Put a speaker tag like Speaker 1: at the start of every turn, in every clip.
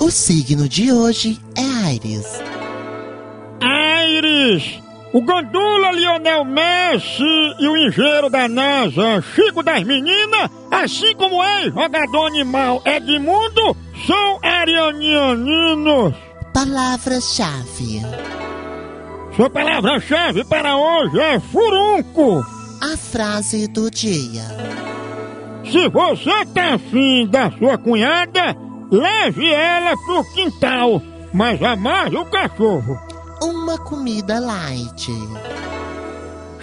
Speaker 1: O signo de hoje é Aires.
Speaker 2: Aires! O Gandula Lionel Messi e o engenheiro da NASA Chico das Meninas, assim como o ex-jogador animal Edmundo, são arianianos.
Speaker 1: Palavra-chave.
Speaker 2: Sua palavra-chave para hoje é furunco.
Speaker 1: A frase do dia.
Speaker 2: Se você tá afim da sua cunhada, leve ela pro quintal, mas amarre o cachorro.
Speaker 1: Uma comida light.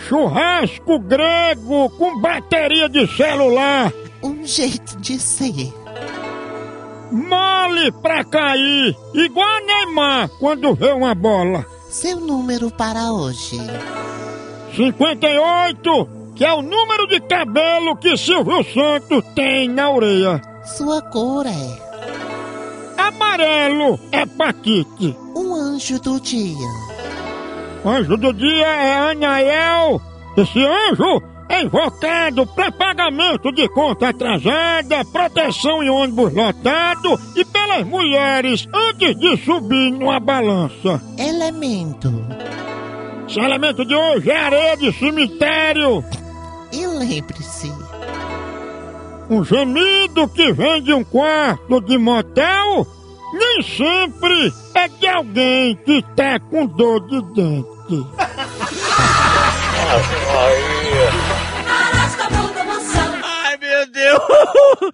Speaker 2: Churrasco grego com bateria de celular,
Speaker 1: Um jeito de ser.
Speaker 2: mole pra cair, igual Neymar quando vê uma bola.
Speaker 1: Seu número para hoje.
Speaker 2: 58, que é o número de cabelo que Silvio Santos tem na orelha.
Speaker 1: Sua cor é
Speaker 2: Amarelo é Paquite.
Speaker 1: um anjo do dia.
Speaker 2: Anjo do dia é Anael. Esse anjo é invocado para pagamento de conta atrasada, proteção em ônibus lotado e pelas mulheres antes de subir numa balança.
Speaker 1: Elemento.
Speaker 2: Esse elemento de hoje é areia de cemitério.
Speaker 1: E lembre-se,
Speaker 2: Um gemido que vem de um quarto de motel nem sempre é de alguém que tá com dor de dente.
Speaker 3: Carasco, a Mansão.
Speaker 4: Ai, meu Deus!